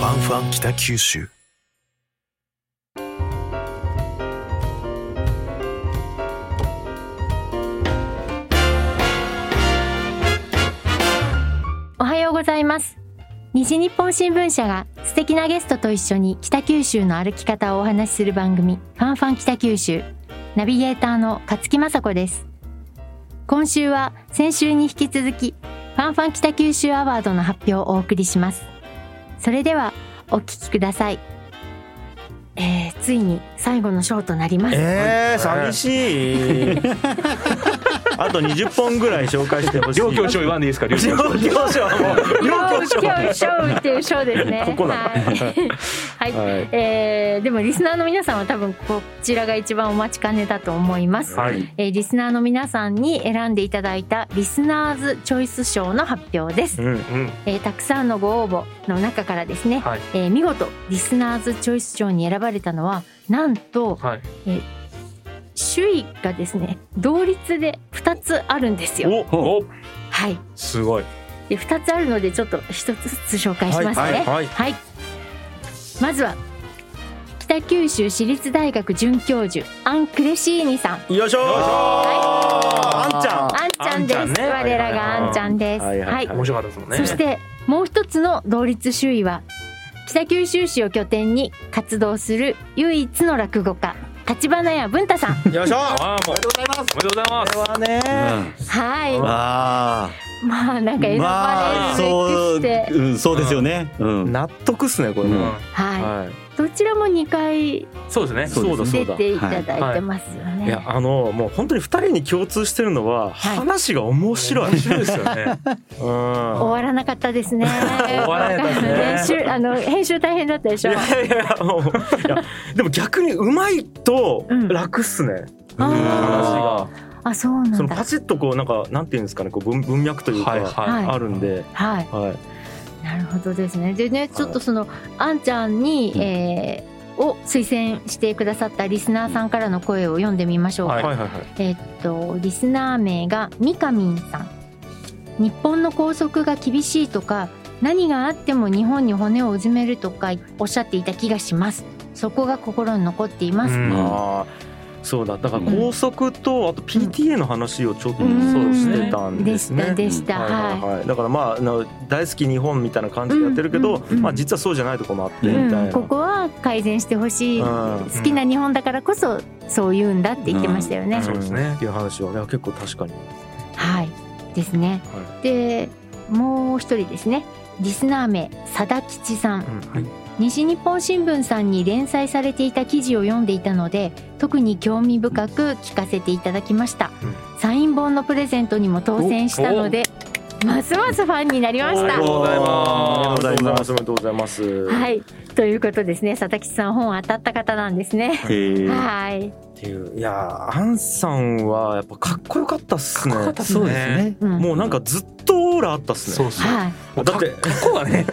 北九州おはようございます西日本新聞社が素敵なゲストと一緒に北九州の歩き方をお話しする番組ファンファン北九州ナビゲーターの勝木雅子です今週は先週に引き続きファンファン北九州アワードの発表をお送りしますそれではお聞きくださいえー、ついに最後のショーとなります、えー、寂しい。 あと20本ぐらい紹介してほしい。両教書言わんでいいですか、両教書。両教書もう両教ショーっていうショーです ね。ここなのはい、はいはいえーでもリスナーの皆さんは多分こちらが一番お待ちかねだと思います。はい。えーリスナーの皆さんに選んでいただいたリスナーズチョイス賞の発表です。うんうん。えーたくさんのご応募の中からですね、はいえー見事リスナーズチョイス賞に選ばれたのはなんとはい。首位がですね同率で2つあるんですよ。お、お、はい、すごい。で2つあるのでちょっと1つずつ紹介しはいますね。はいはい。はい。まずは北九州市立大学准教授アンクレシーニさん。よいしょー。はあんちゃん。あんちゃんです。あんちゃんね我らがあんちゃんです。ははいいはいはい面白かったですもんね。そしてもう一つの同率首位は北九州市を拠点に活動する唯一の落語家立花屋文太 さん。よいしょー。ああ、もう。おめでとうございます。おめでとうございます。これはね。はい。あまあなんかあ、選まばあ、れそう、るべくして、うん、そうですよね。うん。納得っすねこれうもん。は。はいどちらも2回うんそうですね。そうですね出ていただいてますよい。いねや。あのもう本当に二人に共通してるのははい話が面白い。面白いですよ ね。うん。終わらなかったですね。終わらなかったですねあの編集大変だったでしいょ。やいやいやもういやでも逆にうまいとうん楽っすね。あはーあ、そうなそんのパだ。チッとこうなんかなんていうんですかねこう文文脈といいうか、はいあるんで、はい、はい、なるほどですね。でね、ちょっとそのあんちゃんに、うんえーを推薦してくださったリスナーさんからの声を読んでみましょうか。はいはいはいえーっとリスナー名がみかみんさん。日本の校則が厳しいとか何があっても日本に骨をうずめるとかおっしゃっていた気がします。そこが心に残っています。うんああそうだだから高速とあと PTA の話をちょっとうんそうしてたんででしすたね。でした。はいはいはいはい、だからまああの大好き日本みたいな感じでやってるけど、うんうんうんまあ、実はそうじゃないとこもあってみたいな、うん、ここは改善してほしい、うん好きな日本だからこそそう言うんだって言ってましたよね、うんそうですねっていう話は、ね、結構確かに、はいですね、はでもう一人ですねリスナー名佐田吉さんうん西日本新聞さんに連載されていた記事を読んでいたので特に興味深く聞かせていただきました、うサイン本のプレゼントにも当選したのでますますファンになりましありたがとうございあまりす。がとうございますおめでとうございます。、はいいということですね佐田吉さん本当たった方なんですねへえ。はいっていういやーアンさんはやっぱかっこよかったっすね。そうですね。うんもうなんかずっとオーラあったっすね。そうそう。はい。だってここはね、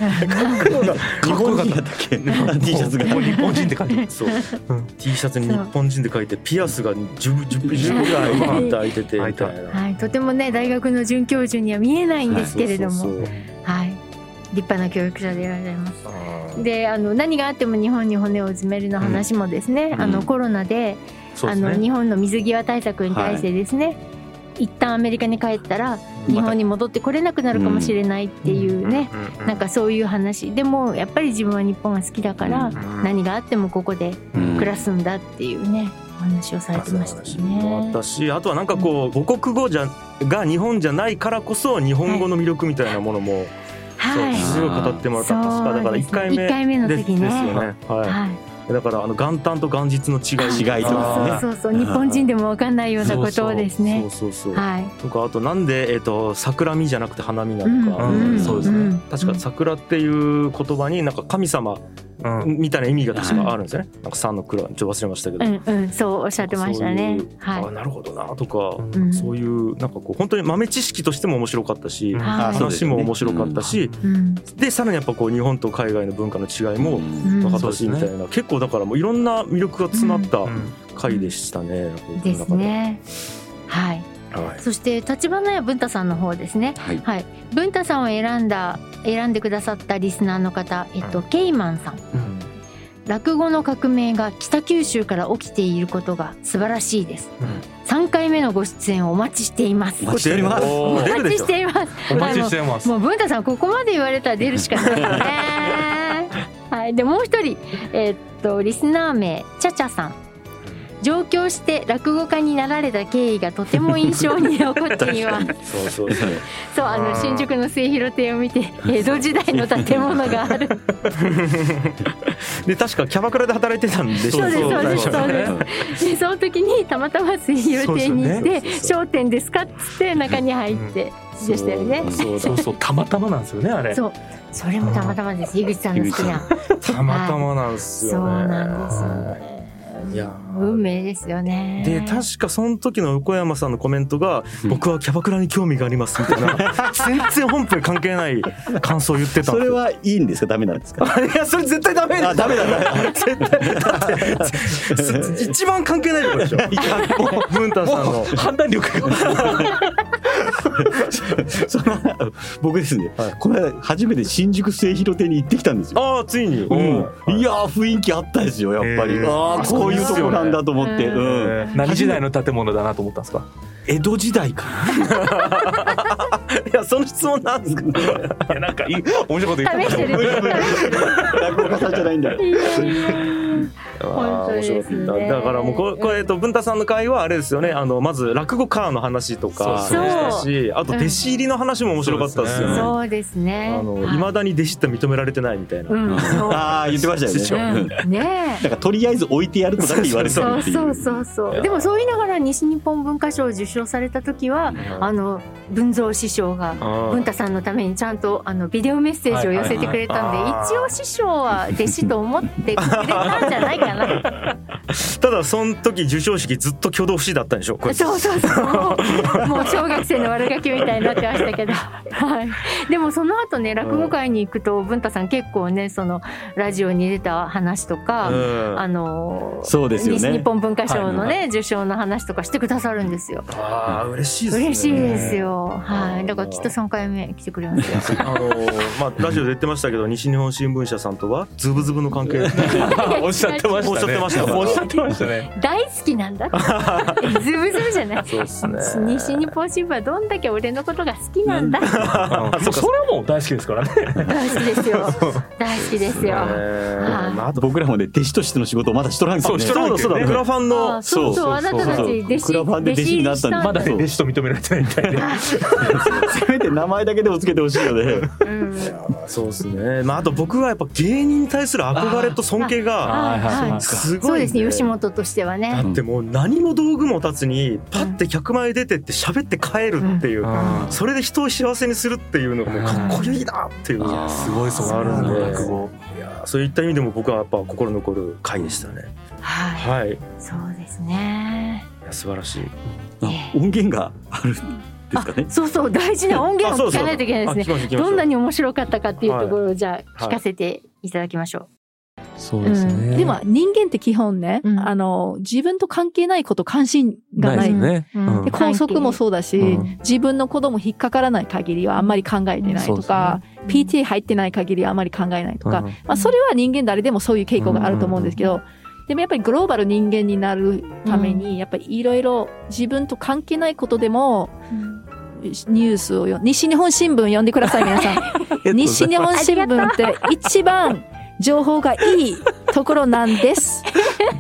日本人やったっけ ？T シャツが。もう日本人って感じ。そう、T シャツに日本人で書いてピアスが10 10 10ぐらい開いててみたいな。はい、とてもね大学の准教授には見えないんですけれどそうも、そうそうはい、立派な教育者でいらっしゃいます。あーで、あの何があっても日本に骨をうずめるの話もですね、うんあうのんコロナで、そうあですのね。日本の水際対策に対してですね、一旦アメリカに帰ったらうん日本に戻ってこれなくなるかもしれないっていうね、うんうんなんかそういう話でもやっぱり自分は日本が好きだから、うんうん何があってもここでうん暮らすんだっていうね、お話をされてましたもあっね。たし、あとはなんかこう母国語じゃが日本じゃないからこそ日本語の魅力みたいなものもはいそうすごい語ってもらった確かだから一回そうですね一目回目ので時ねですよね。ははいい。だからあの元旦と元日の違い違いとかねそうそうそう日本人でもわかんないようなことをですね。そうそうそう。はい。とかあとなんでえっと桜見じゃなくて花見なのか。うんそうですねん確か桜っていう言葉になんか神様うん。みたいな意味が確かあるんですよね。なんか三の黒ちょっと忘れましたけど。うんうんそうおっしゃってましたねそういう。はいあ。なるほどなとか、んそういうなんかこう本当に豆知識としても面白かったし、うんはいそうです話ねも面白かったし、うんでさらにやっぱこう日本と海外の文化の違いもうんん分かったしうんみたいな、結構だからもういろんな魅力が詰まったうん回でしたね。ですね。はい。はいそして立花屋文太さんの方ですねはいはい文太さんを選んだ選んでくださったリスナーの方えっと、ケイマンさんうん落語の革命が北九州から起きていることが素晴らしいですうん3回目のご出演をお待ちしていますお待ちしておりますおおー待ちしていますお待ちしてますもう文太さんここまで言われたら出るしかない よねはいでもう一人えーっとリスナー名ちゃちゃさん上京して落語家になられた経緯がとても印象に残ってい ますそうそうそう。そうあの新宿の末広亭を見て江戸時代の建物があ るで確かキャバクラで働いてたんでしそうたですそうですそうですはいでその時にたまたま末広亭に行って「商店ですか?」っつって中に入ってでしたよね。そうそ そううそうたまたまなんですよねあれそうそれもたまたまです井口さんの好きなたまたまなんですそうよね。なんですいよやね。運命ですよね。で確かその時の横山さんのコメントが「うん僕はキャバクラに興味があります」みたいな全然本編関係ない感想を言ってたんそですれよはいいんですかダメなんですか いやそれ絶対ダメあだダメだダメだ 絶対だって 一番関係ないところでしょ文太さんの判断力がその僕ですね、はいこれ初めて新宿末広亭に行ってきたんですよ。ああついにうんうんいやー雰囲気あったですよやっぱり、へーああこういうとこなんだと思って、そうですよねうん何時代の建物だなと思ったんですか江戸時代かいやその質問なんですかいやなんかいい面白いこと言試 してる。な落語家さんじゃないんだよいやいやいやあー本当ですね面白かっただからもうここれえっと文太さんの会はあれですよねあのまず落語カーの話とかそうしたしあとうん弟子入りの話も面白かったですよね。そうですね。あのはい未だに弟子って認められてないみたいな。うんそうああ言ってましたよね、うんうんねえなんかとりあえず置いてやるとだって言われてそたうっていうそうそうそう。でもそう言いながら西日本文化賞を受賞された時はあの文蔵師匠が文太さんのためにちゃんとあのビデオメッセージを寄せてくれたんはいで、はいはいあー一応師匠は弟子と思ってくれたんじゃないかなただその時授賞式ずっと挙動不死だったんでしょこれそうそうそうもうもう小学生の悪ガキみたいになってましたけど、はい、でもその後ね落語会に行くと文太さん結構ねそのラジオに出た話とか、うんあのーそうですよね西日本文化賞のね、受賞の話とかしてくださるんですよ。 あー嬉しいですね。嬉しいですよ。はい、だからきっと三回目来てくれますよ。あのーまあラジオで言ってましたけど西日本新聞社さんとはズブズブの関係。おっしゃってましたねおっしゃってましたおっしゃってました ね大好きなんだ。 ズブズブじゃない。そうですね西日本新聞はどんだけ俺のことが好きなんだ。うんもうそれはもう大好きですからね大好きです よ。大好きですよ。はいまああと僕らもね弟子としての仕事をまだしとらんかそらうねしそとうらんだそうだクラファンのあそうそうあそなうそうたたちそう弟子クラファンで弟子になった んだまだねそう弟子と認められてないみたい でせめて名前だけでもつけてほしいよねうんそうですね。まああと僕はやっぱ芸人に対する憧れと尊敬がはいはいあーすそごういんですね吉本としてはだね。ってもう何も道具も立つにパッて100枚出てって喋って帰るっていうう、んそれで人を幸せにするっていうのがもうかっこいいなっていう、うんすごいそのあるんで落語いやーそういった意味でも僕はやっぱ心残る回でしたね。はい。はい、いそうですね。や素晴らしい。あ音源があるんですかねそうそう大事な音源を聞かないといけないですね。ね。来ましたどんな来に面白かったかっていうところをじゃあ聞かせていただきましょそうですねでも人間って基本ね、うんあの、自分と関係ないこと関心がない。いですねううんんで校則もそうだし、うん自分の子供引っかからない限りはあんまり考えてないとか、う。 PTA 入ってない限りはあんまり考えないとか、うんまあ、それは人間誰でもそういう傾向があると思うんですけど、でもやっぱりグローバル人間になるために、やっぱりいろいろ自分と関係ないことでも、ニュースをよ、西日本新聞読んでください、皆さん。西日本新聞って一番情報がいいところなんです。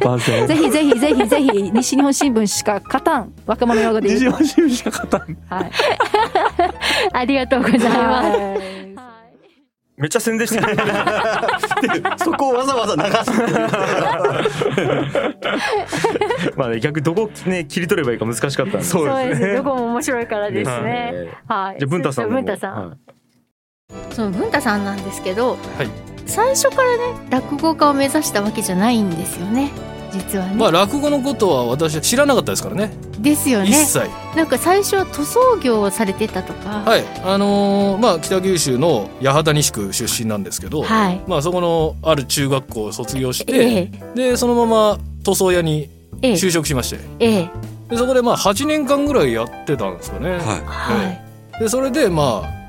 万全ぜひぜひぜひぜひ西日本新聞しか勝たん若者用語で西言う島新聞しか勝たんと。はい。 ありがとうございます。はいめっちゃ宣伝してくれてるでそこをわざわざ流すっていう まあね逆にどこね切り取ればいいか難しかったんで。そうですねどこも面白いからですね。ねはい。じゃあ文太さんの文太さん。はいその文太さんなんですけど、い最初からね落語家を目指したわけじゃないんですよね。実はね。まあ落語のことは私は知らなかったですからねですよ一ね。切なんか最初は塗装業をされてたとか。はいあのーまあ北九州の八幡西区出身なんですけど、はい。まあそこのある中学校を卒業しえて、でそのまま塗装屋にえええ就職しまして、ええでそこでまあ8年間ぐらいやってたんですよね、はいはい。でそれでまあ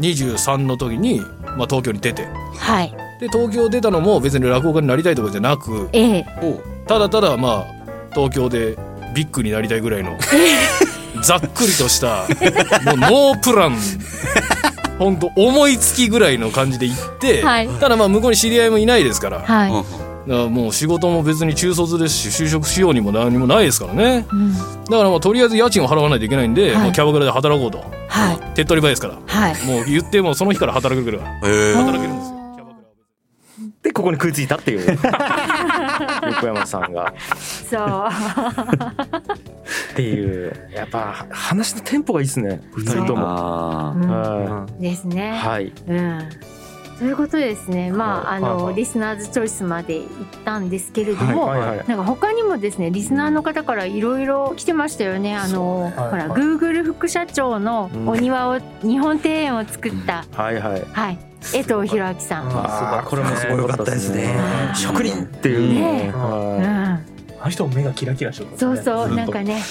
23の時に、まあ、東京に出てはい。で東京出たのも別に落語家になりたいとかじゃなくええ。ただただまあ東京でビッグになりたいぐらい のざっくりとしたもうノープランほんと思いつきぐらいの感じで行って、はいただまあ向こうに知り合いもいないですからだかはい。らもう仕事も別に中卒ですし就職しようにも何もないですからねうんだからまあとりあえず家賃を払わないといけないんで、はいもうキャバクラで働こうとはい。手っ取り早いですからはい。もう言ってもうその日から働くからええ働けるんですよキャバクラはでここに食いついたっていう横山さんがそう。っていうやっぱ話のテンポがいいですね二人とも。あうーんはですいね。はいうん。ということでですね。まあ、はあいはいの、はいリスナーズチョイスまで行ったんですけれども、はいはいなんか他にもですねリスナーの方からいろいろ来てましたよね。あの、はいほら、はい Google 副社長のお庭を、日本庭園を作った、はいはい。はい江藤博明さん。あーこれもすごい良かったですねよかったですね。職人っていう。ねうはん、あの人も目がキラキラしてるそうそずっうとなんかね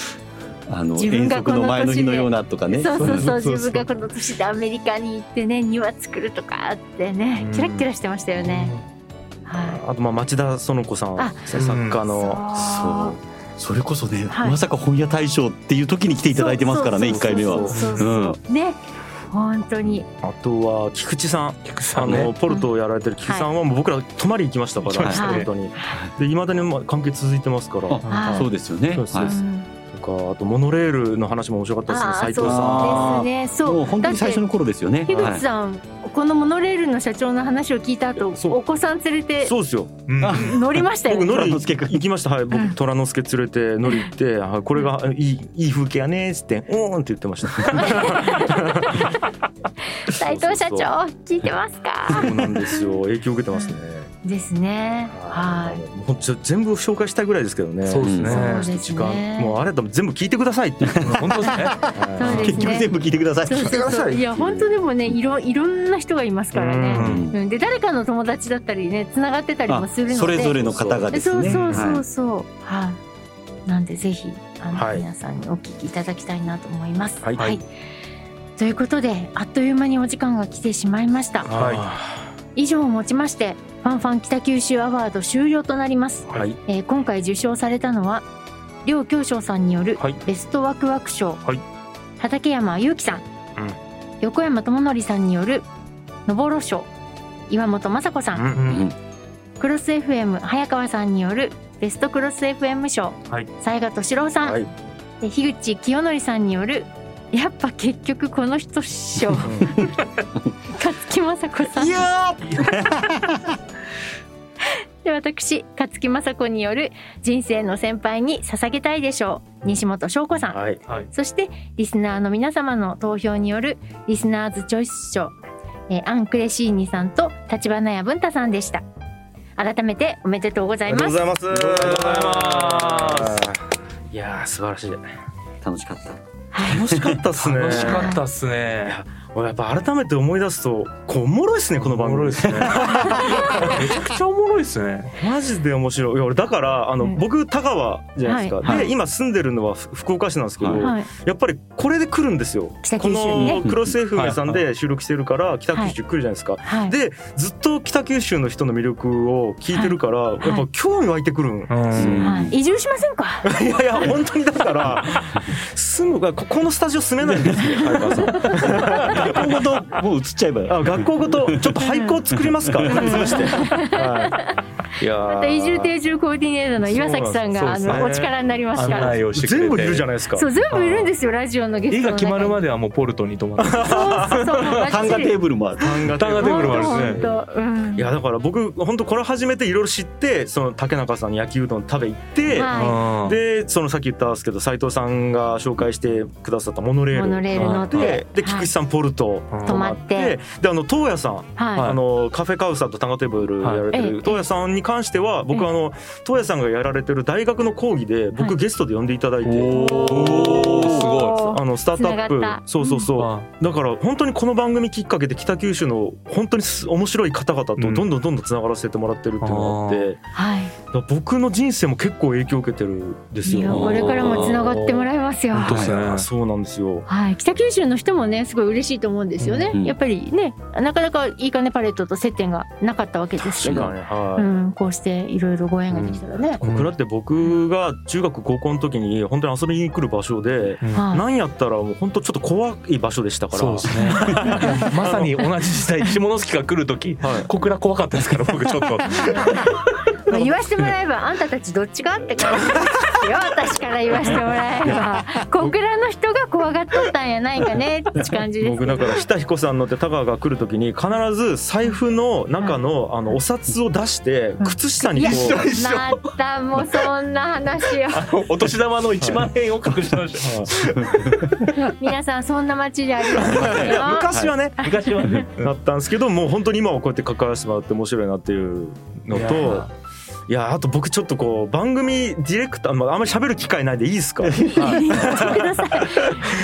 あの自分遠がこ足のの前の日のようなとかねそうそうそうそうそう自分がこの年でアメリカに行ってね庭作るとかあってねうんキラッキラしてましたよね。はいあとまあ町田園子さんあ作家の。そうそれこそね、はいまさか本屋大賞っていう時に来ていただいてますからねそう1回目はそうそうそうそうね本当にあとは菊池さんあねのポルトをやられてる菊池さんはもう僕ら泊まり行きましたか行きらましたね本当に。でいまだにまあ関係続いてますから。あはいそうですよねそうですはそうですいとかあとモノレールの話も面白かったあであすね斉藤さん。そうですねそうもう本当に最初の頃ですよね樋は口いさん、このモノレールの社長の話を聞いた後そうお子さん連れてそうですよ。うんあ乗りましたよ僕ね。ノリ虎之助君行きました。はい、うん僕虎之助連れてノリ行って、あこれがあいいいい風景やねーっつって、うーんって言ってました。斉藤社長聞いてますか？そうなんですよ。影響受けてますね。ですね。はもうちょ全部紹介したいぐらいですけどね。そうですい。ねそうちょでっとす時間もうね。あれだと全部聞いてくださいって。 本当ですねそうです結局ね全。部聞いてくださいそうてくそうだそさういいや本当でもねいろいろんな人がいますからうね。んうんで誰かの友達だったりねつながってたりもあするので。それぞれの方がですねそうそうそはうそう。はい、なんでぜひあの、はい皆さんにお聞きいただきたいなと思います。はいということであっという間にお時間が来てしまいました。は以上をもちましてファンファン北九州アワード終了となります、い。はい。えー今回受賞されたのは両京賞さんによるはいベストワクワク賞、はい畠山裕樹さん、うん横山智則さんによるのぼろ賞岩本雅子さん、うんうんクロス FM 早川さんによるベストクロス FM 賞はい雑賀敏郎さん、はいで樋口清則さんによるやっぱ結局この人賞 勝木雅子さんで私勝木雅子による人生の先輩に捧げたいでしょう西本翔子さん、はい。そしてリスナーの皆様の投票によるリスナーズチョイス賞、えーアンクレシーニさんと立花屋文太さんでした改めておめでとうございますざいます。ありがとうございます。いやー素晴らしい。楽しかった楽しかったっすね。楽しかったっすいねや俺やっぱ改めて思い出すとこうおもろいっすねこの番おも組ろいっすねめちゃくちゃおもろいっすねマジで面白いいや俺だからあの、うん僕田川じゃないですか、はいはでい今住んでるのはふ福岡市なんですけど、はいはい、やっぱりこれで来るんですよ北こ九州にねのクロス FM さんで収録してるから北はい九州来るじゃないですか、はい、でずっと北九州の人の魅力を聞いてるから、いやっぱ興味湧いて くるん、うんはい、移住しませんかい、やいや本当にだから住むがここのスタジオ住めないんですよ早川さん学校ごともう移っちゃえばあ学校ごとちょっと廃校作りますか潰して、はい、いやーまた移住定住コーディネーターの岩崎さんがあそうですねのお力になりました案内をしてくれて全部いるじゃないですかそう全部いるんですよラジオのゲスト絵のが中決にまるま ではもうポルトに泊まってそうそうそう単価テーブルもある漫画タンガテーブルもある本し当ね本当うんいやだから僕本当これ初めていろいろ知ってその竹中さんに焼きうどん食べ行って、はでそのさっき言ったんですけど斉藤さんが紹介してくださったモノい、レーモルノレール乗って、でではい菊池さんポルトうん泊まあっってて、であの東也さん、はい、あのカフェカウさんとタンガテーブルやられてはいええる東也さんに関しては僕ええあの東也さんがやられてる大学の講義では僕いゲストで呼んでいただいて、おーすごあのスタートアつながッっプたそうそうそう、あだから本当にこの番組きっかけで北九州の本当にす面白い方々とどんどんどんどんつながらせてもらってるっていうのがあって、はい、から僕の人生も結構影響を受けてるんですいやよ。これからもつながってもらいますよ。本当ですね。あそうなんですよ。はい、北九州の人もねすごい嬉しいと思うんですよね、うんやっぱりねなかなかいいかねパレットと接点がなかったわけですけど、ね、はうい。ん、こうしていろいろご縁ができたらね、僕だって僕が中学高校の時に本当に遊びに来る場所で、うんはいなんやったらもう本当ちょっと怖い場所でしたから。そうですね。 まさに同じ時代、下関が来る時、はい小倉怖かったですから、僕ちょっと。まあ言わせてもらえばあんたたちどっちがって感じですよ私から言わせてもらえば小倉の人が怖がっとったんやないかねって感じです僕だから日田彦さんのって田川が来る時に必ず財布の中のあのお札を出して靴下にこうまたもうそんな話をお年玉の1万円を隠してました。皆さんそんな街でありますよ昔はね昔はねだったんですけどもう本当に今はこうやって関わらせてもらって面白いなっていうのいとやいやあと僕ちょっとこう番組ディレクター、まあ、あんまり喋る機会ないでいいですか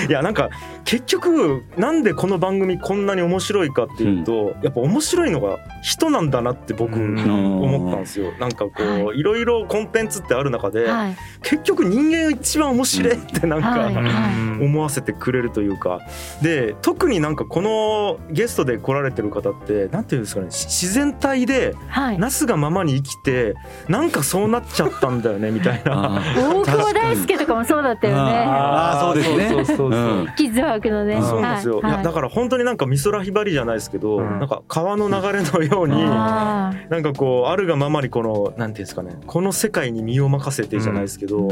いやなんか結局なんでこの番組こんなに面白いかっていうと、やっぱ面白いのが人なんだなって僕うん思ったんですよ。なんかこう、い、ろいろコンテンツってある中で、はい結局人間が一番面白いってなんか、はいうん思わせてくれるというかで特になんかこのゲストで来られてる方ってなんていうんですかねし自然体ではいなすがままに生きてなんかそうなっちゃったんだよねみたい な。あ大久保大輔とかもそうだったよねあそうですねそうそうそううそんう。キッズワークのねあーそうなんですよ、はいいはやいだから本当になんか美空ひばりじゃないですけど、うんなんか川の流れのようになあーんかこうあるがままにこのなんていうんですかねこの世界に身を任せてじゃないですけど、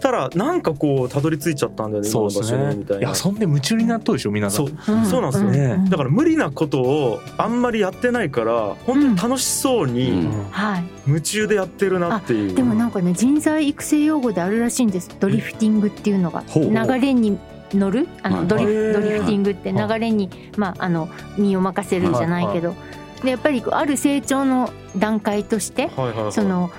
たらなんかこうたどり着いちゃったんだよね今のそうで場す所ねにみたい。いや、な。そんで夢中になっとるでしょ、皆さそん。うそうなんですよねだから無理なことをあんまりやってないから本当に楽しそううんにはい夢中でやってるなっていう、でもなんかね人材育成用語であるらしいんですドリフティングっていうのがほう流れに乗るあはのいドリへフードリフティングって流れにまああの身を任せるじゃないけどでやっぱりこうある成長の段階としてはいはいはいその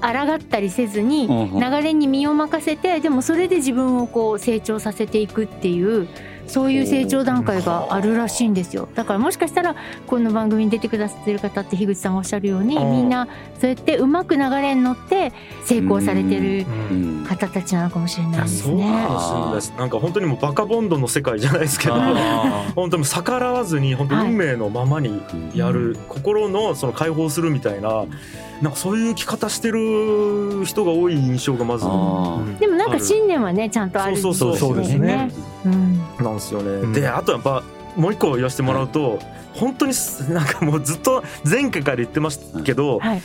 抗ったりせずにうんうん流れに身を任せてでもそれで自分をこう成長させていくっていうそういう成長段階があるらしいんですよだからもしかしたらこの番組に出てくださってる方って樋口さんがおっしゃるようにあーみんなそうやってうまく流れに乗って成功されてるうん方たちなのかもしれないですそうねか。もしれないですなんか本当にもうバカボンドの世界じゃないですけどあ本当に逆らわずに本当運命のままにやる、心のその解放するみたいななんかそういう生き方してる人が多い印象がまずなあでもなんか信念はねちゃんとあるんそうそうそうそうですね。うんんですよね。んであとやっぱもう一個言わせてもらうと、本当にすなんかもうずっと前回から言ってますけど、はい。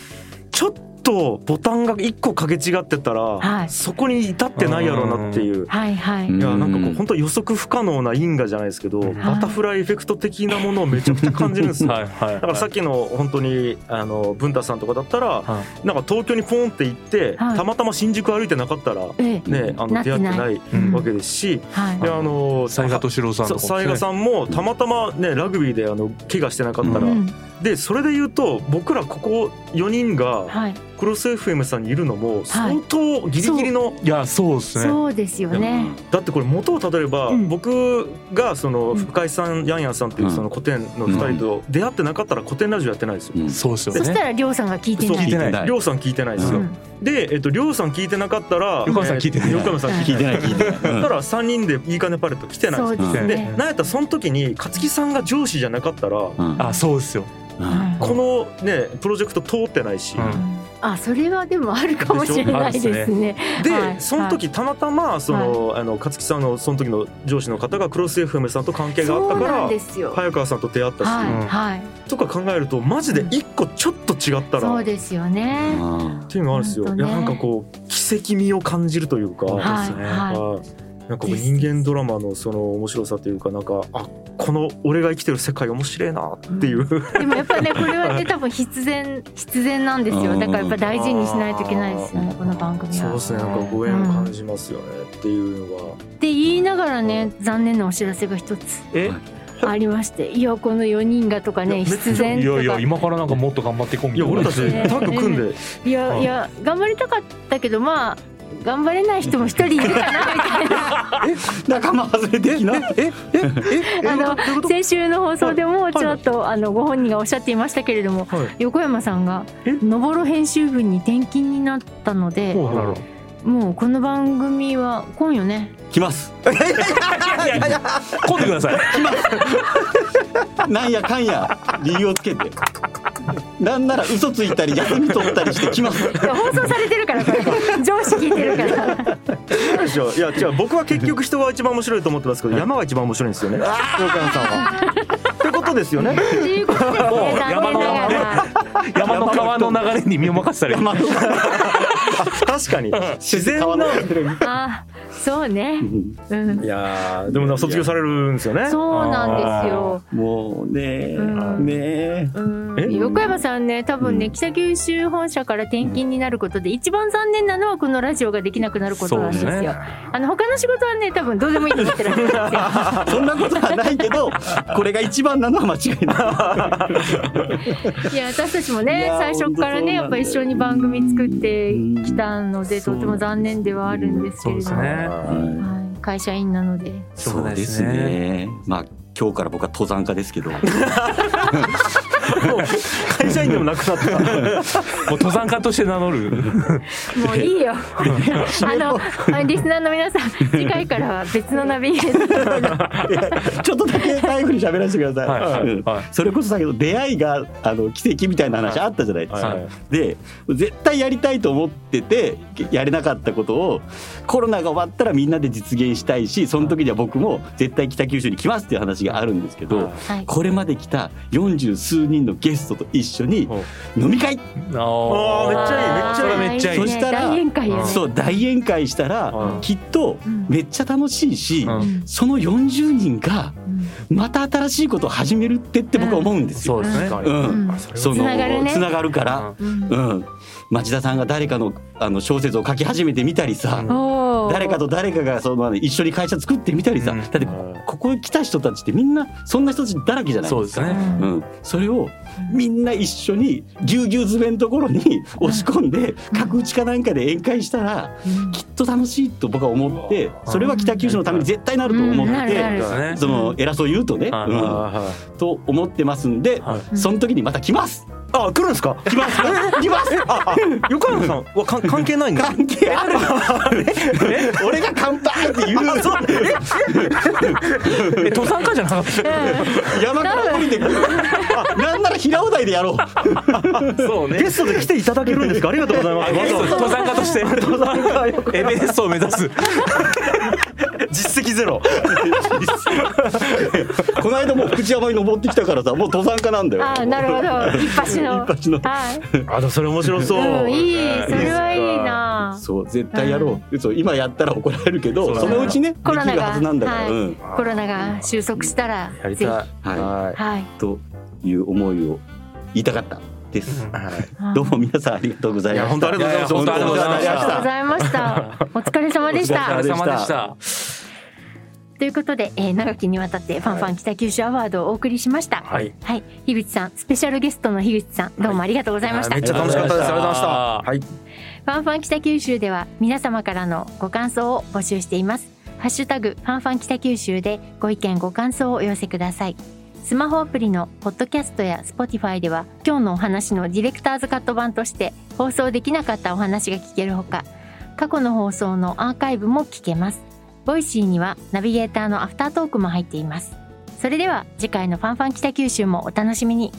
ちょっとボタンが一個かけ違ってたら、はいそこに至ってないやろうなっていう。はいはい。うんいやなんかこうんう本当予測不可能な因果じゃないですけど、んバタフライエフェクト的なものをめちゃくちゃ感じるんですーよ。はいはい。だだからさっきの本当にあの文太さんとかだったら、はなんか東京にポンって行って、はいたまたま新宿歩いてなかったら、ねええなあのって出な会いってないうんわけですし、はいであの雑賀敏郎さんとそかうもね。雑賀さんもたまたまねラグビーであの怪我してなかったら、うんでそれで言うと僕らここ4人がはい。クロス FM さんにいるのも相当ギリギリの、いや、そうですね。そうですよね。だってこれ元をたどれば、うん僕がそのん深井さん、ヤンヤンさんっていうその古典の2人と出会ってなかったら古典ラジオやってないですよ。うんそうですよそしね。たらりょうさんが聞いてそうな聞いいて。ない。りょうさん聞いてないですうよ。んで、えっと、りょうさん聞いてなかったら横山さん聞いてない横山さん聞聞いていてない。ない聞いてだかなら3人でいいかねパレット来てないそうでですすうよんでね。なんやったらその時に勝木さんが上司じゃなかったらこいうんあ、そうですよ。うんのねプロジェクト通ってないしうんあ、それはでもあるかもしれないですでしょあるっすね。はいでその時たまたまそのあの勝木さんのその時の上司の方がクロス FM さんと関係があそったうかなんらですよ。はい早川さんと出会ったしはい。とか考えるとマジで一個ちょっと違ったらそっうですよね。あていうのがあるんですよ。本い当やねなんかこう奇跡味を感じるというか。はいそうですねははいなんかこう人間ドラマのその面白さというかなんかあこの俺が生きてる世界面白いなっていう、い。でもやっぱねこれはね多分必 然必然なんですよ。だからやっぱ大事にしないといけないですよねこの番組は。そうですねなんかご縁を感じますよねっていうのが、って言いながらね残念なお知らせが一つえありましていやこの4人がとかね必然いとやかいや、今からなんかもっと頑張っていこうみいやたいな。俺たちタッグ組んで、いやいや頑張りたかったけどまあ頑張れない人も一人いるかなみたいな仲間外れてきなええあの先週の放送でもちらっとあのご本人がおっしゃっていましたけれども、はい横山さんが「のぼろ編集部」に転勤になったのでほうほうほうもうこの番組は来んよね来ます来んでくださいなんやかんや理由をつけてなんなら嘘ついたり休み取ったりして来ます いや放送されてるからこれ 上司聞いてる からどうでしょういや違う僕は結局人が一番面白いと思ってますけど山が一番面白いんですよね横山さんは。ってことですよ ね。ということですね残念ながら山の川の流れに身を任せたり山の確かに自然のあそうね、うん い、やーでもなんか卒業されるんですよね。そうなんですよもうねうんねうんえ横山さんね多分ね北九州本社から転勤になることで一番残念なのはこのラジオができなくなることなんですよ。そうねあの他の仕事はね多分どうでもいいと思ってるんですよ。そんなことはないけどこれが一番なのは間違いない いや私たちもいねや最初からねやっぱ本当そうなんだよ一緒に番組作ってきたのでとても残念ではあるんですけれども、はい、会社員なのでそうですねまあ今日から僕は登山家ですけど会社員でもなくなった。もう登山家として名乗るもういいよ あのリスナーの皆さん次回からは別のナビゲーターちょっとだけ最後に喋らせてください。はいうんはいそれこそだけど出会いがあの奇跡みたいな話あったじゃないですか。はいで絶対やりたいと思っててやれなかったことをコロナが終わったらみんなで実現したいしその時には僕も絶対北九州に来ますっていう話があるんですけど、はいこれまで来た40数人のゲストと一緒に飲み会、あーめっちゃいいめっちゃいいあーめっちゃいいそしたら大宴会よねそう大宴会したらうんきっとうんめっちゃ楽しいし、うんその40人がうんまた新しいことを始めるってって僕は思うんですそよ。うですねうんうんそのつながるねつながるから、うんうん、町田さんが誰かのあの小説を書き始めてみたりさ、おー誰かと誰かがその一緒に会社作ってみたりさ、うんだってここに来た人たちってみんなそんな人たちだらけじゃないそうでですすか。ねうん、それをみんな一緒にぎゅうぎゅう詰めのところに押し込んで角打ちかなんかで宴会したらきっと楽しいと僕は思ってそれは北九州のために絶対なると思うんなっるなてるそうですそねの偉そう言うとね、はいうん、と思ってますんではうんその時にまた来ますあ来るんですか。来ます 来ますああ横山さんはかん関係ないんだ。関係あ る 俺が乾杯って言うえ登山家じゃなかった山から降りて くるあなんなら平尾台でやろうそうゲストで来ていただけるんですか。ありがとうございます。わざわざ登山家としてエベレストを目指す実績ゼロ。この間もう福知山に登ってきたからさもう登山家なんだよあーなるほど一発の一発のはい あでもそれ面白そう。うん、いいそれはいいなそう絶対やろう、そう今やったら怒られるけどそのうちねできコるロナがはずなんだから、はいうんコロナが収束したらやりぜひたいははいはいい、という思いを言いたかったです、はいどうも皆さんありがとうございいやまし本た当ありがとうございます。いありやいや本当ありがとうたございましたお疲れ様でしお疲たれ様でしたということで、えー長きにわたってファンファン北九州アワードをお送りしましたはい、樋口さんスペシャルゲストの樋口さんどうもありがとうございました、めっちゃ楽しかったです。ありがとうございました。はい。ファンファン北九州では皆様からのご感想を募集しています。ハッシュタグファンファン北九州でご意見ご感想をお寄せください。スマホアプリのポッドキャストや Spotify では今日のお話のディレクターズカット版として放送できなかったお話が聞けるほか過去の放送のアーカイブも聞けます。ボイシーにはナビゲーターのアフタートークも入っています。それでは次回のファンファン北九州もお楽しみに。